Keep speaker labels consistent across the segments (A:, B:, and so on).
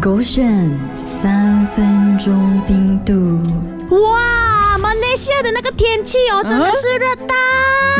A: 狗选三分钟冰度，
B: 哇，马来西亚的那个天气哦，真的是热到。
C: 嗯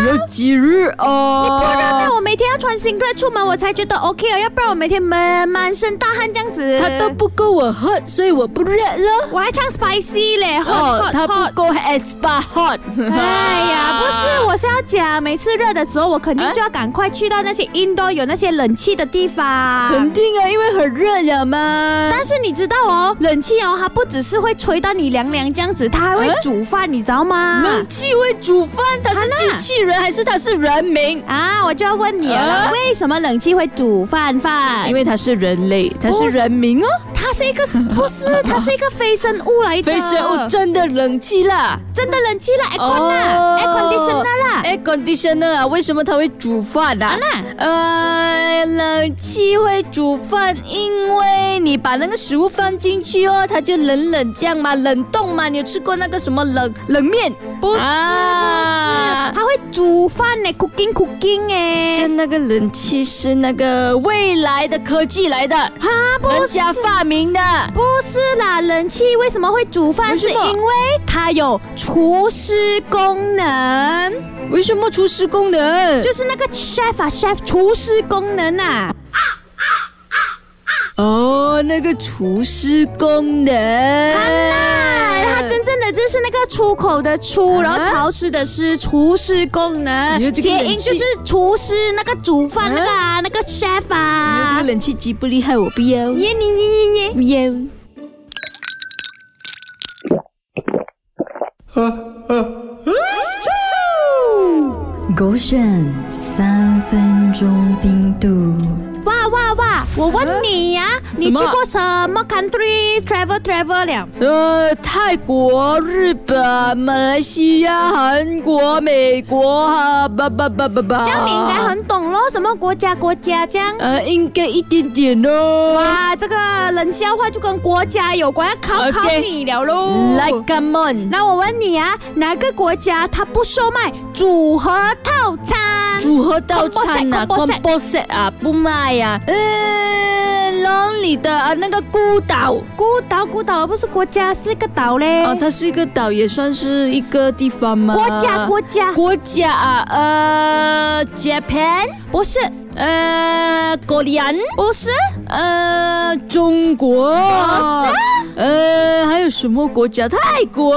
C: 有几日
B: 不然
C: 哦
B: 呢，？我每天要穿新 g 出门，我才觉得 OK 哦，要不然我每天满满身大汗这样子。
C: 它都，不够我 hot，所以我不热了。
B: 我还唱 spicy 嘞，hot
C: 哦，
B: hot
C: 它
B: hot
C: 不。够 s p a hot。
B: 哎 呀，不是，我是要讲，每次热的时候，我肯定
C: 啊
B: 就要赶快去到那些 indoor 有那些冷气的地方
C: 肯。定啊，因为很热了嘛。
B: 但是你知道哦，冷气哦，它不只是会吹到你凉凉这样子，它还会
C: 啊
B: 煮饭，你知道吗？
C: 冷气会煮饭，它是
B: 啊那
C: 机器人还是它是人名？
B: 啊，我就要问你了，
C: 啊
B: 为什么冷气会煮饭饭？
C: 因为它是人类，它是
B: 不是
C: 人名哦，
B: 它是一个不是，它是一个非生物来的，
C: 非生物真的冷气啦。
B: 真的冷气啦，aircon 啦
C: 哦哎
B: ，air conditioner 啦。
C: air conditioner 啊，为什么它会煮饭啊？呃，冷气会煮饭，因为你把那个食物放进去哦，它就冷冷这样嘛，冷冻嘛。你有吃过那个什么冷冷面？
B: 不是
C: 啊，
B: 它会煮饭呢，cooking cooking 哎
C: 就，那个冷气是那个未来的科技来的，
B: 啊不
C: 人
B: 是
C: 家发明的。
B: 不是啦，冷气为什么会煮饭？
C: 为
B: 是
C: 什么
B: 因为它有除湿功能，
C: 为什么厨师功能？
B: 就是那个 chef 啊 chef 除湿功能啊。
C: 哦，那个厨师功能。
B: 哎，它真正的就是那个出口的出，
C: 啊
B: 然后潮湿的湿，除湿功能
C: 你的，这个
B: 谐
C: 冷
B: 音
C: 气
B: 就是厨师那个煮饭那个啊，那个 chef
C: 没有哎这
B: 啊
C: 个。冷气机不厉害，我不要，
B: 耶你耶耶耶！
C: 不要。
A: 狗选三分钟冰度，
B: 哇哇哇！我问你呀、你
C: 什么
B: 去过什么 country travel travel 了？
C: 呃，泰国、日本、马来西亚、韩国、美国，哈，吧吧吧吧吧。
B: 这样你应该很懂咯，什么国家国家这样。
C: 呃，应该一点点哦。
B: 哇，啊这个冷笑话就跟国家有关，要考考
C: OK
B: 你了喽。
C: 来，come on，
B: 那我问你啊，哪个国家它不售卖组合套餐？
C: 组合套餐啊
B: combo set，combo set
C: ，combo set 啊，不卖呀。呃，
B: 嗯
C: 龙里的啊，那个孤岛，
B: 孤岛，孤岛不是国家，是一个岛嘞。
C: 哦，它是一个岛，也算是一个地方吗？
B: 嗯国家，国家，
C: 国家啊，呃，Japan，
B: 不是，
C: 呃，果然。
B: 不是，
C: 呃，中国，呃，还有什么国家？泰国，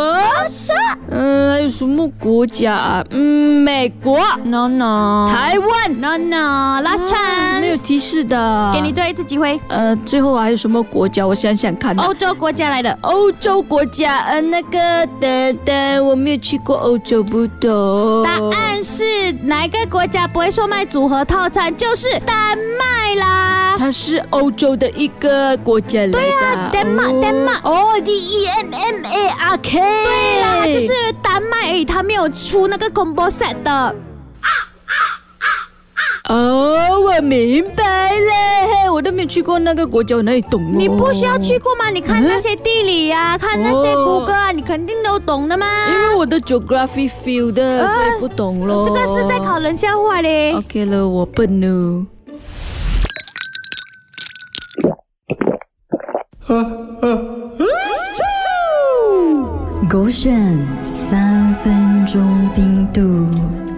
C: 嗯、还有什么国家啊？嗯，美国，
B: ，no no，
C: 台湾。
B: no no，last
C: 啊没有
B: chance，
C: 提示的。
B: 给你。最后一次机会，
C: 呃，最后还有什么国家？我想想看、啊。
B: 欧洲国家来的。
C: 欧洲国家，呃，那个，等等，我没有去过欧洲，不懂。
B: 答案是哪一个国家不会售卖组合套餐？就是丹麦啦。
C: 它是欧洲的一个国家来的。对啊呀
B: ，Denmark，Denmark
C: 哦，D E M M A R K。对
B: 它就是丹麦而已，它没有出那个 combo set 的。
C: 哦，我明白了，嘿我都没有去过那个国家，我哪里懂、哦？
B: 你不需要去，过吗？你看那些地理呀、看那些
C: 哦
B: 谷歌啊，你肯定都懂的嘛。
C: 因为我的 geography feel 的，
B: 啊
C: 所以不懂咯。
B: 这个是在考人笑话嘞。
C: OK 了，我笨了。
A: 狗选三分钟冰度。